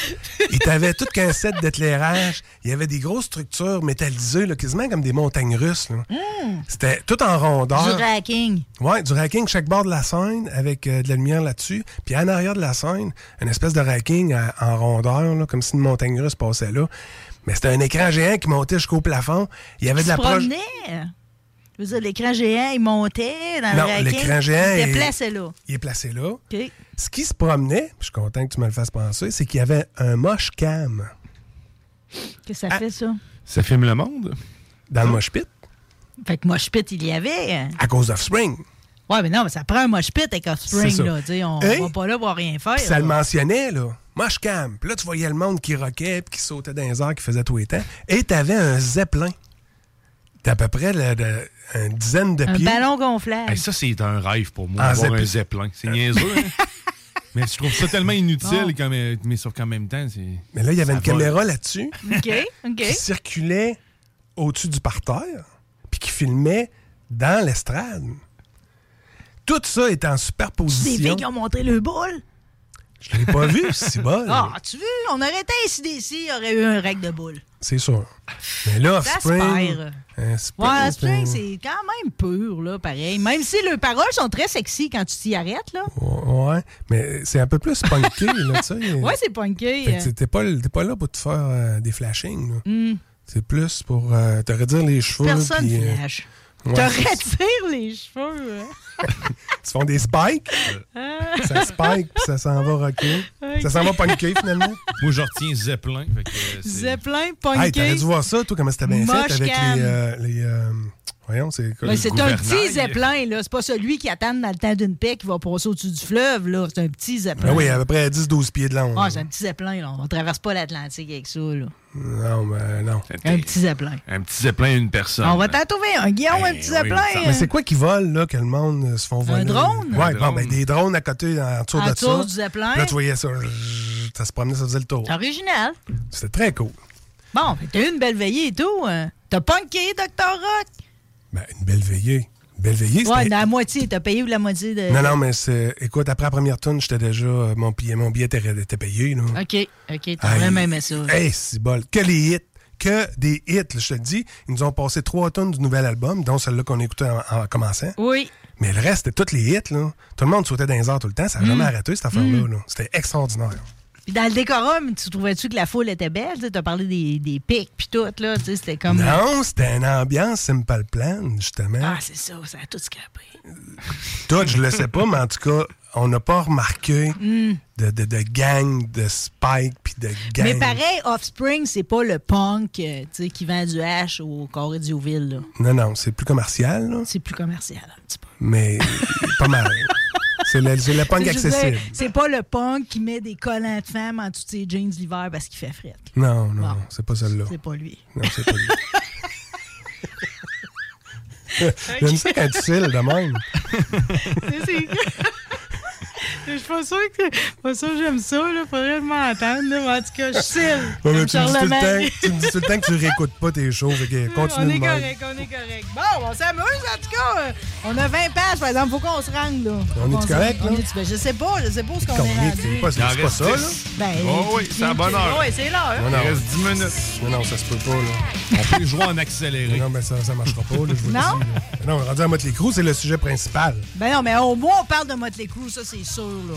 E: ils t'avaient tout qu'un set d'éclairage. Il y avait des grosses structures métallisées, là, quasiment comme des montagnes russes. là. C'était tout en rondeur.
D: Du racking.
E: Ouais, du racking chaque bord de la scène avec euh, de la lumière là-dessus. Puis en arrière de la scène, une espèce de racking à- en rondeur, là, comme si une montagne russe passait là. Mais c'était un écran géant qui montait jusqu'au plafond. Il y avait
D: Tu
E: de
D: te
E: la proche.
D: promenais. Je veux dire, l'écran géant, il montait dans
E: Non,
D: le racking.
E: l'écran géant
D: Il
E: est-
D: était placé là.
E: Il est placé là.
D: OK.
E: Ce qui se promenait, puis je suis content que tu me le fasses penser, c'est qu'il y avait un moche cam
D: Qu'est-ce que ça
E: Ah.
D: fait, ça?
F: Ça filme le monde?
E: dans le moche pit
D: Fait que mosh pit, il y avait.
E: à cause d'Offspring.
D: Ouais, mais non, mais ça prend un mosh pit avec
E: C'est ça.
D: Offspring, là. Tu sais, on
E: Et-
D: va pas là pour rien faire.
E: Puis ça le
D: là.
E: mentionnait, là. Moche cam. Puis là, tu voyais le monde qui roquait, puis qui sautait dans les airs, qui faisait tout les temps. Et t'avais un zeppelin d'à peu près la- de- une dizaine de
D: Un
E: pieds.
D: ballon gonflable.
F: Hey, ça, c'est un rêve pour moi,
E: En
F: avoir
E: zeppelin.
F: un zeppelin. C'est niaiseux, hein? Mais je trouve ça tellement inutile, quand même, mais sauf qu'en même temps, c'est...
E: Mais là, il y avait
F: Ça
E: une
F: vole.
E: caméra là-dessus
D: OK, OK.
E: qui circulait au-dessus du parterre, puis qui filmait dans l'estrade. Tout ça est en
D: Des filles
E: superposition.
D: qui ont montré le boule.
E: Je l'ai pas vu, c'est bon.
D: Ah, tu veux, on aurait été ici d'ici, il y aurait eu un règle de boule.
E: C'est sûr. Mais là,
D: Ça se
E: Offspring...
D: perd.
E: Offspring,
D: Ouais, Offspring,
E: c'est-
D: c'est quand même pur, là, pareil. Même si les paroles sont très sexy quand tu t'y arrêtes, là.
E: Ouais, mais c'est un peu plus punky, là, tu sais.
D: Ouais, c'est punky.
E: Fait
D: euh.
E: que t'es- t'es pas, t'es pas là pour te faire euh, des flashings. là. C'est plus pour euh, te redire les cheveux.
D: Hmm. Personne
E: puis, euh,
D: flash.
E: ouais.
D: Te retire les cheveux. hein.
E: Ils font des spikes.
D: Ah.
E: ça spike, puis ça s'en va rocker. Ça s'en va punker, finalement.
F: Moi, je retiens zeppelin. fait que, euh, c'est-
D: Zeppelin,
E: hey,
D: punky.
E: t'aurais dû voir ça, toi, comment c'était bien
D: Moche
E: fait avec
D: cam.
E: les... euh, les, euh, Voyons, c'est quoi?
D: Ben, c'est un petit zeppelin, là. C'est pas celui qui attend dans le temps d'une paix qui va passer au-dessus du fleuve, là. C'est un petit zeppelin.
E: Ah oui, à peu près 10-12 pieds de long.
D: Ah,
E: là.
D: c'est un petit zeppelin, là. On traverse pas l'Atlantique avec ça, là.
E: Non, mais non.
D: Un petit zeppelin.
F: Un petit zeppelin, une personne.
E: Ben
D: On va t'en trouver un. Guillaume, un petit zeppelin.
E: Mais c'est quoi qui vole, là, que le monde euh, se font voler?
D: drone?
E: Ouais,
D: Un
E: bon,
D: drone.
E: ben, des drones à côté, en tour
D: En
E: de
D: dessous
E: ça.
D: du zeppelin. Ah.
E: Là, tu voyais ça. Ça se promenait, ça faisait le tour.
D: Original.
E: C'était très cool.
D: Bon, ben, t'as eu une belle veillée et tout. hein. T'as punké, Dr. Rock.
E: Ben, Une belle veillée. Une Belle veillée, c'était.
D: Ouais, la moitié. T'as payé ou la moitié de.
E: Non, non, mais c'est. Écoute, après la première tune, j'étais déjà. euh, Mon billet, mon billet était, était payé, là.
D: OK, OK, t'as
E: Aïe.
D: Ah, vraiment aimé ça.
E: Hey, c'est bol. Que les hits. Que des hits, là, je te le dis. Ils nous ont passé trois tonnes du nouvel album, dont celle-là qu'on écoutait en, en commençant.
D: Oui.
E: Mais le reste, c'était tous les hits, là. Tout le monde sautait dans les airs tout le temps. Ça n'a
D: Mm.
E: jamais arrêté, cette affaire-là.
D: Mm.
E: là. C'était extraordinaire.
D: Puis dans le décorum, tu trouvais-tu que la foule était belle? Tu sais, T'as parlé des, des pics puis tout, là. Tu sais, c'était comme.
E: Non, c'était une ambiance Simple Plan, justement.
D: Ah, c'est ça, ça a tout scrapé.
E: Ben Toi, je le sais pas, mais en tout cas, on n'a pas remarqué
D: Mm.
E: de, de, de gang, de spike, puis de gang.
D: Mais pareil, Offspring, c'est pas le punk euh, tu sais, qui vend du hash au Corée d'Youville, là.
E: Non, non, c'est plus commercial, là,
D: C'est plus commercial, un petit peu.
E: mais pas mal. C'est le, c'est le punk
D: C'est juste dire,
E: accessible.
D: C'est pas le punk qui met des collants de femmes en dessous de ses jeans l'hiver parce qu'il fait fret.
E: Non, non, non, c'est pas celle-là.
D: C'est pas lui.
E: Non, c'est pas lui. J'aime ça quand tu sais, de même.
D: Je suis pas sûre que pas sûr j'aime ça, là. Faudrait m'entendre, là. En tout cas, je suis
E: Ouais, mais tu, me dis tout le temps, tu me dis tout le temps que tu réécoutes pas tes shows. Fait que continue
D: on
E: de
D: est
E: même.
D: correct, on est correct. Bon, on s'amuse en tout cas. Euh, On a 20 pages, par exemple, faut qu'on se rende là. Faut
E: On est-tu
D: qu'on se-
E: correct,
D: on
E: là?
D: est- ben, je sais pas, je sais pas où ce qu'on
E: Qu'on
D: est
E: est-
D: rendu.
E: c'est pas, c'est
F: Il en
E: pas
F: reste
E: ça, là.
F: six.
D: Ben,
F: Oh oui, c'est à bonne heure.
D: Oui, c'est l'heure.
E: Non, non.
F: Il reste 10 minutes.
E: Non, non, ça se peut pas, là.
F: On peut jouer en accéléré.
E: Non, mais ça, ça marchera pas, là, je vous le
D: Non?
E: dis, là. Mais Non, rendu à Motley Crue, c'est le sujet principal.
D: Ben non, mais au moins on parle de Motley Crue, ça c'est sûr là.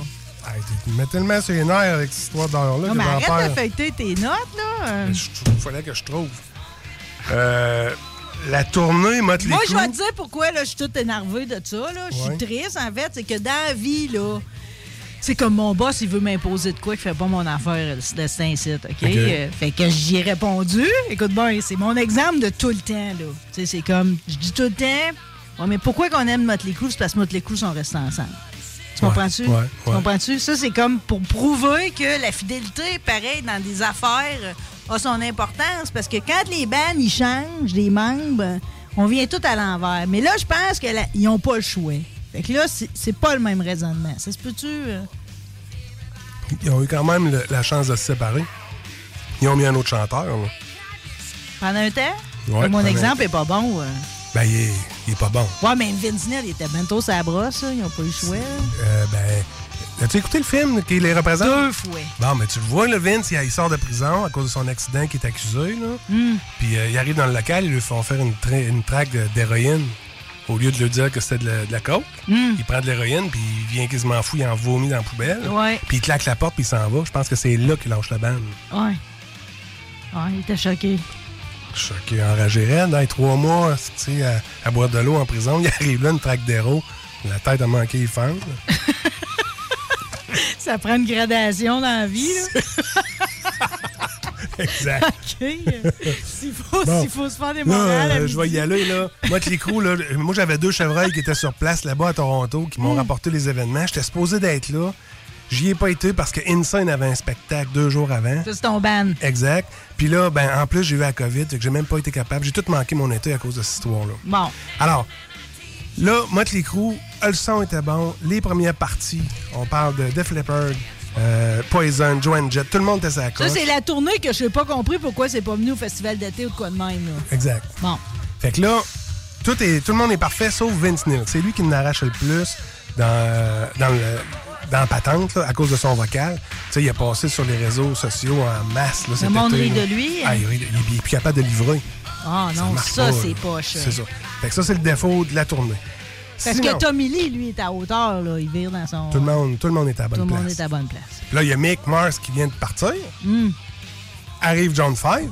E: Hey, tu me mets tellement sur les nerfs avec cette histoire d'heure-là
D: non,
E: que
D: mais
E: j'en
D: arrête de
E: perds.
D: feuilleter tes notes là.
E: Je trouve- fallait que je trouve. Euh, la tournée Motley
D: Moi, je
E: Crue.
D: vais te dire pourquoi là, je suis toute énervée de ça. Là. Je suis
E: Ouais.
D: triste, en fait. C'est que dans la vie, là, c'est comme mon boss, il veut m'imposer de quoi qui fait pas mon affaire le- de Saint-Cite. OK?
E: Ok.
D: Euh, fait que j'y ai répondu. Écoute, bon, c'est mon exemple de tout le temps. Là. Tu sais, C'est comme, je dis tout le temps, ouais, mais pourquoi qu'on aime Motley Crue? C'est parce que Motley Crue, sont restés ensemble. Tu
E: Ouais,
D: comprends-tu?
E: ouais, ouais.
D: Tu comprends-tu? Ça, c'est comme pour prouver que la fidélité, pareil, dans des affaires, euh, a son importance. Parce que quand les bandes, ils changent, les membres, euh, on vient tout à l'envers. Mais là, je pense qu'ils n'ont pas le choix. Fait que là, c'est c'est pas le même raisonnement. Ça se peut-tu? euh?
E: Ils ont eu quand même le- la chance de se séparer. Ils ont mis un autre chanteur. là.
D: Pendant un temps?
E: Ouais,
D: Mon
E: pendant-
D: exemple est pas bon. euh.
E: Ben, il est, il est pas bon.
D: Ouais, mais Vince Neil, il était bientôt sur la brosse. là. Ils n'ont pas eu le choix. là.
E: Euh, ben, as-tu écouté le film qui les représente?
D: Deux fois.
E: Bon, mais tu le vois, le Vince, il, il sort de prison à cause de son accident qui est accusé. Là.
D: Hmm.
E: Puis euh, il arrive dans le local, ils lui font faire une, tra- une traque de- d'héroïne. Au lieu de lui dire que c'était de, la- de la coke,
D: Hmm.
E: il prend de l'héroïne, puis il vient quasiment fou, il en vomit dans la poubelle.
D: Ouais.
E: Puis il claque la porte, puis il s'en va. Je pense que c'est là qu'il lâche la bande.
D: Ouais. Ouais, il était choqué.
E: Choqué, enragé raide. Dans les trois mois, tu sais, à, à boire de l'eau en prison, il arrive là, une traque d'héros. La tête a manqué, il fend.
D: Ça prend une gradation dans la vie. là.
E: Exact.
D: OK. euh, S'il faut,
E: Bon.
D: s'il faut se faire des
E: Là,
D: morales. à
E: euh, je vais
D: midi.
E: y aller, là. Moi, avec les crews, là, moi, j'avais deux chevreuils qui étaient sur place, là-bas à Toronto, qui
D: Hmm.
E: m'ont rapporté les événements. J'étais supposé d'être là. J'y ai pas été parce que Insane avait un spectacle deux jours avant.
D: Ça, c'est ton ban.
E: Exact. Puis là, ben, en plus, j'ai eu la COVID, fait que j'ai même pas été capable. J'ai tout manqué mon été à cause de cette histoire-là.
D: Bon.
E: Alors, là, Motley Crue, ah, le son était bon. Les premières parties, on parle de Def Leppard, euh, Poison, Joanne Jett, tout le monde était sa
D: Ça,
E: coche.
D: c'est la tournée que je n'ai pas compris pourquoi c'est pas venu au festival d'été ou de quoi de même. là.
E: Exact.
D: Bon.
E: Fait que là, tout, est, tout le monde est parfait sauf Vince Neil. C'est lui qui n'arrache le plus dans, euh, dans, le, dans la patente là, à cause de son vocal. Tu sais, il a passé sur les réseaux sociaux en masse. Là, cet
D: monde
E: été,
D: rit
E: là.
D: de lui.
E: Ah, il, rit de- il est plus capable de livrer.
D: Ah non,
E: marche
D: ça,
E: pas,
D: c'est
E: là.
D: poche.
E: C'est ça. Fait que ça, c'est le défaut de la tournée.
D: Parce
E: Sinon,
D: que Tommy Lee, lui, est à hauteur. Là. Il vire dans son.
E: tout le, monde, tout le monde est à la bonne
D: Tout le
E: place. Euh,
D: monde est à bonne place.
E: Là, il y a Mick Mars qui vient de partir.
D: Hmm.
E: Arrive John Five.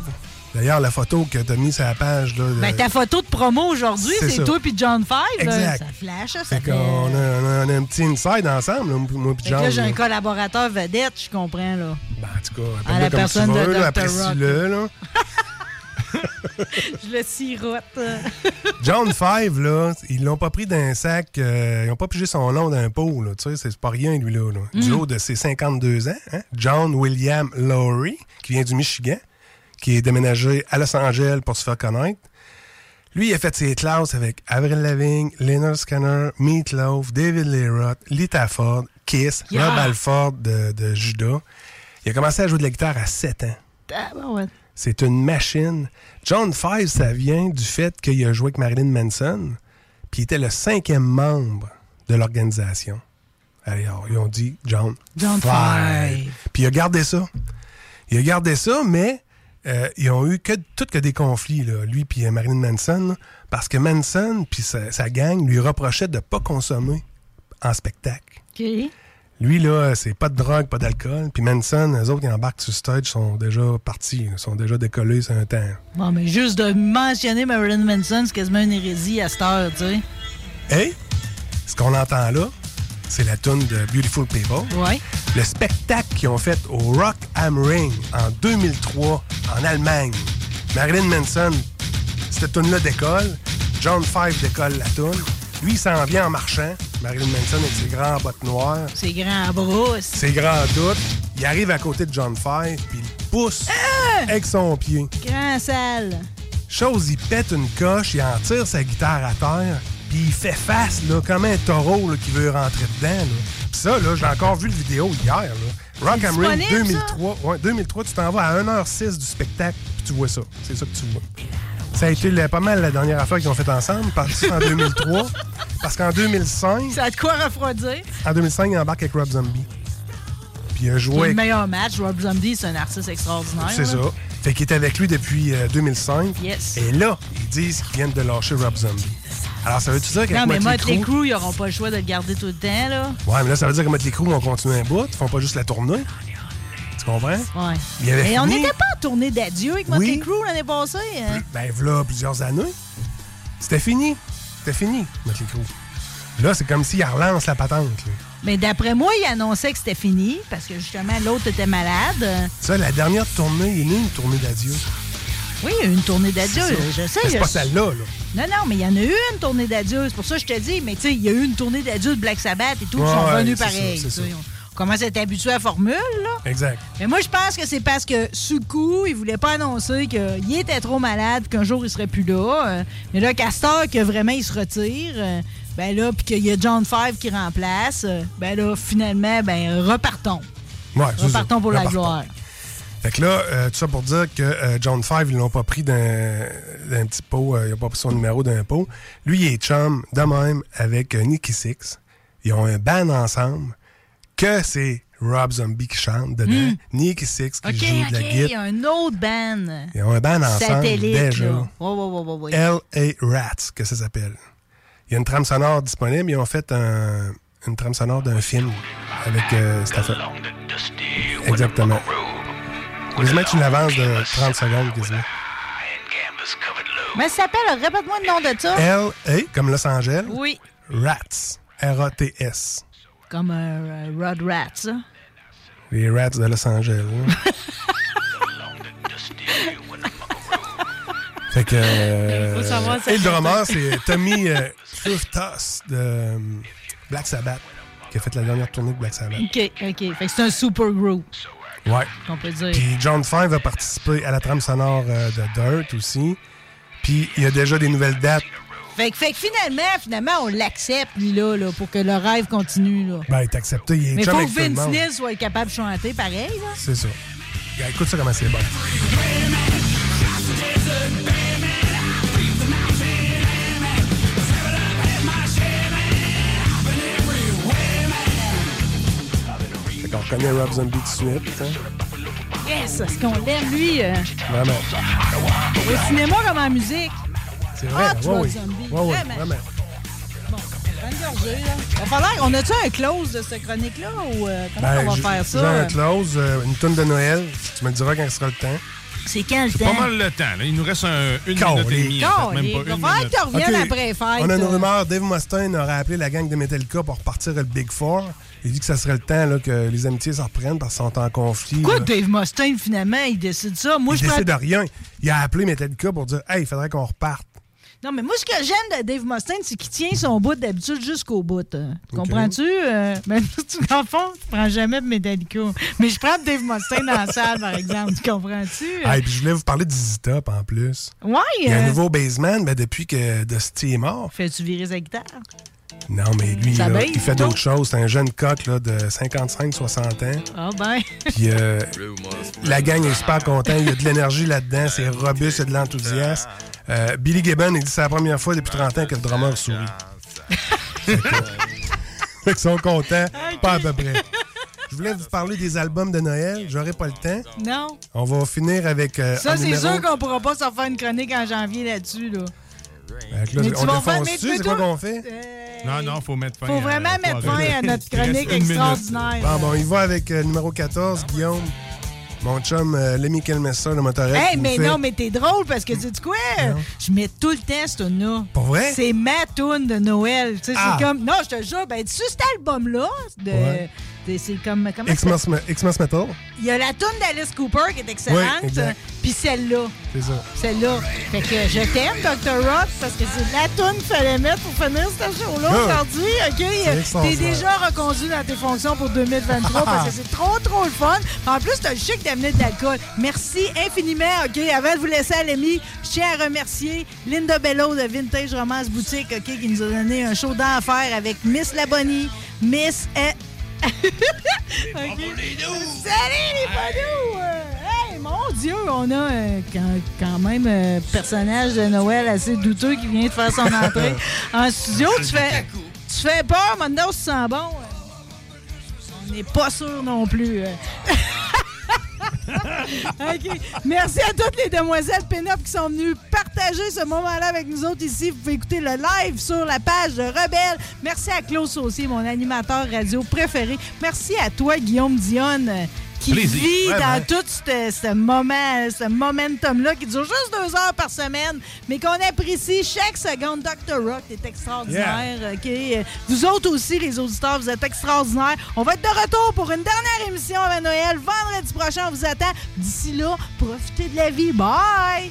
E: D'ailleurs, la photo que t'as mise sur la page... Là,
D: Ben,
E: de-
D: ta photo de promo aujourd'hui,
E: c'est
D: c'est
E: ça.
D: toi puis John Five. là.
E: Exact.
D: Ça flash, ça.
E: Fait
D: fait- euh,
E: qu'on a, on a- on a un petit inside ensemble, là, moi pis
D: Fait que là,
E: John,
D: j'ai
E: là.
D: un collaborateur vedette, je comprends, là.
E: Ben, en tout cas,
D: À la
E: appelle-le comme
D: personne
E: tu
D: de
E: veux, là,
D: Dr. Rock.
E: apprécie-le, là.
D: Je le sirote.
E: John Five, là, ils l'ont pas pris d'un sac, euh, ils n'ont pas pigé son nom d'un pot, là, tu sais, c'est pas rien, lui, là. là. Du
D: Mm.
E: haut de ses 52 ans, hein, John William Lowry, qui vient du Michigan, qui est déménagé à Los Angeles pour se faire connaître. Lui, il a fait ses classes avec Avril Lavigne, Leonard Scanner, Meatloaf, David Leroth, Lita Ford, Kiss,
D: Yeah.
E: Rob Alford de, de Judas. Il a commencé à jouer de la guitare à 7 ans.
D: Ah, ben ouais.
E: C'est une machine. John Five, ça vient du fait qu'il a joué avec Marilyn Manson, puis il était le cinquième membre de l'organisation. Allez, alors, Ils ont dit John,
D: John Five.
E: Puis il a gardé ça. Il a gardé ça, mais euh, ils ont eu que, tout que des conflits, là, lui puis euh, Marilyn Manson, là, parce que Manson puis sa, sa gang lui reprochait de ne pas consommer en spectacle.
D: OK.
E: Lui, là, c'est pas de drogue, pas d'alcool. Puis Manson, eux autres, qui embarquent sur le stage, sont déjà partis, là, sont déjà décollés, c'est un temps.
D: Bon, mais juste de mentionner Marilyn Manson, c'est quasiment une hérésie à cette heure, tu sais.
E: Hey, ce qu'on entend là, c'est la tune de Beautiful People.
D: Ouais.
E: Le spectacle qu'ils ont fait au Rock Am Ring en 2003 en Allemagne. Marilyn Manson, cette tune là décolle. John Five décolle la tune. Lui, il s'en vient en marchant. Marilyn Manson avec ses grands bottes noires.
D: Ses grands bras. aussi.
E: Ses grands doutes. Il arrive à côté de John Five, puis il pousse avec son pied.
D: Grand sale.
E: Chose, il pète une coche, il en tire sa guitare à terre, puis il fait face, là, comme un taureau là, qui veut rentrer dedans. là. Puis ça, là, j'ai encore vu le vidéo hier. Là. Rock
D: C'est
E: and Ring
D: disponible,
E: 2003. Ouais, 2003, tu t'en vas à 1h06 du spectacle, puis tu vois ça. C'est ça que tu vois. Ça a été là, pas mal la dernière affaire qu'ils ont faite ensemble, parce en 2003. Parce qu'en 2005,
D: Ça a de quoi refroidir.
E: en 2005, il embarque avec Rob Zombie. Puis il a
D: Qui est
E: joué
D: le meilleur match. Rob Zombie, c'est un artiste extraordinaire.
E: C'est ça.
D: là.
E: Fait qu'il est avec lui depuis euh, 2005.
D: Yes.
E: Et là, ils disent qu'ils viennent de lâcher Rob Zombie. Alors, ça veut-tu dire qu'avec
D: Non, mais
E: Motley
D: Motley
E: Crue...
D: Crue, ils n'auront pas le choix de le garder tout le temps, là.
E: Ouais, mais là, ça veut dire que Motley Crue vont continuer un bout. Ils font pas juste la tournée. Tu comprends?
D: Ouais.
E: Il y avait
D: Mais on
E: fini.
D: n'était pas en tournée d'adieu avec Motley
E: Oui.
D: Crue l'année passée. hein?
E: Ben, voilà plusieurs années. C'était fini. C'était fini, Motley Crue. Là, c'est comme s'ils relancent la patente. là.
D: Mais d'après moi, il annonçait que c'était fini parce que justement, l'autre était malade.
E: Ça, la dernière tournée est née, une tournée d'adieu.
D: Oui, il y a eu une tournée d'adieu.
E: C'est ça.
D: Je sais.
E: Mais
D: je-
E: C'est pas celle-là, là.
D: Non, non, mais il y en a eu une tournée d'adieu. C'est pour ça que je te dis, mais tu sais, il y a eu une tournée d'adieu de Black Sabbath et tout. ils sont
E: Ouais,
D: venus
E: c'est ça,
D: pareil.
E: c'est
D: tu sais.
E: ça.
D: On commence à être habitué à la formule, là.
E: Exact.
D: Mais moi, je pense que c'est parce que, sous le coup, il voulait pas annoncer qu'il était trop malade, qu'un jour, il serait plus là. Euh, Mais là, Castor, que vraiment, il se retire, euh, ben là, puis qu'il y a John Five qui remplace, euh, ben là, finalement, ben repartons.
E: Ouais, c'est ça.
D: Repartons pour la
E: Repartons.
D: gloire.
E: Fait que là, euh, tout ça pour dire que euh, John Five, ils l'ont pas pris d'un d'un petit pot, euh, il a pas pris son numéro d'un pot. Lui, il est chum de même avec euh, Nicky Six. Ils ont un band ensemble que c'est Rob Zombie qui chante dedans, Nicky Six qui
D: Hmm. OK,
E: joue de
D: OK,
E: la
D: il y
E: guitare.
D: a un autre ban.
E: Ils ont un band ensemble
D: Satellite,
E: déjà.
D: là. Ouais, ouais, ouais, ouais, ouais.
E: L.A. Rats, que ça s'appelle. Il y a une trame sonore disponible. Ils ont fait un- une trame sonore d'un film avec euh, cette affaire. Exactement. Heureusement que tu l'avances de 30 secondes, quasiment.
D: Mais ça s'appelle, répète-moi le nom de ça.
E: L.A., comme Los Angeles.
D: Euh, Oui.
E: Rats. R-A-T-S.
D: Comme un euh, Rod Rat, ça.
E: Les Rats de Los Angeles. hein. fait que. euh,
D: Faut savoir ça.
E: et le drummer, c'est Tommy euh, Cruftas de euh, Black Sabbath, qui a fait la dernière tournée de Black Sabbath.
D: OK, OK. Fait que c'est un super group,
E: Ouais.
D: qu'on peut dire.
E: Puis John Five a participé à la trame sonore euh, de Dirt aussi. Puis il y a déjà des nouvelles dates.
D: Fait que, fait que finalement, finalement, on l'accepte, lui-là, là, pour que le rêve continue. Là.
E: Ben, il est accepté. Il est
D: Mais
E: chum
D: faut que
E: avec tout le
D: Vince
E: monde.
D: Neil soit capable de chanter pareil. Là.
E: C'est ça. Regarde, Écoute ça comment c'est bon. Fait qu'on reconnaît Rob Zombie tout de suite. hein.
D: Yes, ce qu'on l'aime, lui, euh,
E: Vraiment.
D: au cinéma comme en musique.
E: C'est vrai.
D: Hot
E: ouais,
D: Ah, Rob
E: oui.
D: Zombie,
E: Ouais, ouais,
D: vraiment.
E: vraiment.
D: Bonne gorgée, là. Va falloir, on a-tu un close de cette chronique-là ou euh, comment
E: Ben,
D: on
E: j'ai-
D: va faire
E: j'ai
D: ça?
E: un close, euh, une tonne de Noël. Tu me le diras quand ce sera le temps.
D: C'est quand le
F: C'est pas
D: temps?
F: mal le temps. Là. Il nous reste un, une minute et
E: Calé.
F: demie. en
D: Quand
F: fait, même pas
D: il va
F: une
D: falloir
F: minute.
D: que tu reviennes
E: Ok.
D: après les fêtes.
E: On a une
D: euh.
E: rumeur. Dave Mustaine aurait appelé la gang de Metallica pour partir le Big Four. Il dit que ça serait le temps là, que les amitiés s'en reprennent parce qu'ils sont en conflit.
D: Pourquoi
E: là.
D: Dave Mustaine, finalement, il décide ça? Moi,
E: il
D: je prends-
E: décide de rien. Il a appelé Metallica pour dire Hey, il faudrait qu'on reparte.
D: Non, mais moi, ce que j'aime de Dave Mustaine, c'est qu'il tient son bout d'habitude jusqu'au bout. hein. Comprends-tu? Euh, même si tu en fond, tu prends jamais de Metallica. Mais je prends Dave Mustaine dans la salle, par exemple. Tu comprends-tu?
E: Ah, et puis je voulais vous parler de ZZ Top en plus.
D: Ouais.
E: Il y a
D: euh,
E: un nouveau baseman ben, depuis que Dusty est mort.
D: Fais-tu virer sa guitare?
E: Non, mais lui,
D: Ça
E: là,
D: baise,
E: il fait
D: donc.
E: d'autres choses. C'est un jeune coq là, de 55-60 ans.
D: Ah, ben.
E: Puis euh, la gang est super contente. Il y a de l'énergie là-dedans. C'est robuste, il y a de l'enthousiasme. Euh, Billy Gibbon, il dit c'est la première fois depuis 30 ans que le drummer sourit. Fait que, euh, fait qu'ils sont contents, pas à peu près. Je voulais vous parler des albums de Noël. J'aurai pas le temps.
D: Non.
E: On va finir avec. euh, un
D: Ça, c'est
E: numéro-
D: sûr qu'on pourra pas s'en faire une chronique en janvier là-dessus, là.
E: Fait que là,
D: Mais tu
E: on
D: vas faire-
E: défonce-tu?
D: mais
E: C'est quoi
D: toi-
E: qu'on fait?
F: Non, non, faut mettre fin.
D: Faut
F: à-
D: vraiment
F: à-
D: mettre fin à notre
F: Il reste
D: chronique
F: une minute.
D: extraordinaire.
E: Bon, bon, il va avec euh, numéro 14, Guillaume. Mon chum, euh, Lemmy Kilmester, le motorette.
D: Hey,
E: qui nous
D: mais
E: fait-
D: non, mais t'es drôle parce que tu dis quoi? Je mets tout le temps cette tune-là.
E: Pour vrai?
D: C'est ma tune de Noël. Tu sais,
E: Ah!
D: c'est comme. Non, je te jure, ben, sur cet album-là, de-
E: Ouais.
D: de- c'est comme. Comment ça
E: Xmas Me- Xmas Metal.
D: Il y a la tune d'Alice Cooper qui est
E: Oui,
D: excellente,
E: exact.
D: puis celle-là.
E: C'est ça.
D: Celle-là. Fait que je t'aime, Dr. Rock, parce que c'est la tune qu'il fallait mettre pour finir ce show-là
E: Ah.
D: aujourd'hui, OK? euh, T'es
E: extraordinaire.
D: déjà reconduit dans tes fonctions pour 2023 parce que c'est trop, trop le fun. En plus, t'as le chic d'amener de l'alcool. Merci infiniment, OK? Avant de vous laisser à l'ami, je tiens à remercier Linda Bello de Vintage Romance Boutique, OK, qui nous a donné un show d'enfer avec Miss Labonnie, Miss... eh, OK. Salut les bonous! Euh, hey, mon Dieu, on a euh, quand, quand même un personnage de Noël assez douteux qui vient de faire son entrée en studio. Tu fais, tu fais peur, maintenant, tu sens bon. Euh, On n'est pas sûr non plus. euh. OK. Merci à toutes les demoiselles Pénop qui sont venues partager ce moment-là avec nous autres ici. Vous pouvez écouter le live sur la page de Rebelle. Merci à Claude Saucier, mon animateur radio préféré. Merci à toi, Guillaume Dionne, euh, qui
F: Plaisir.
D: vit
E: Ouais,
D: dans
E: ouais.
D: tout ce, ce moment, ce momentum-là qui dure juste deux heures par semaine, mais qu'on apprécie chaque seconde. Dr. Rock est extraordinaire. OK? Euh, Vous autres aussi, les auditeurs, vous êtes extraordinaires. On va être de retour pour une dernière émission avant Noël. Vendredi prochain, on vous attend. D'ici là, profitez de la vie. Bye!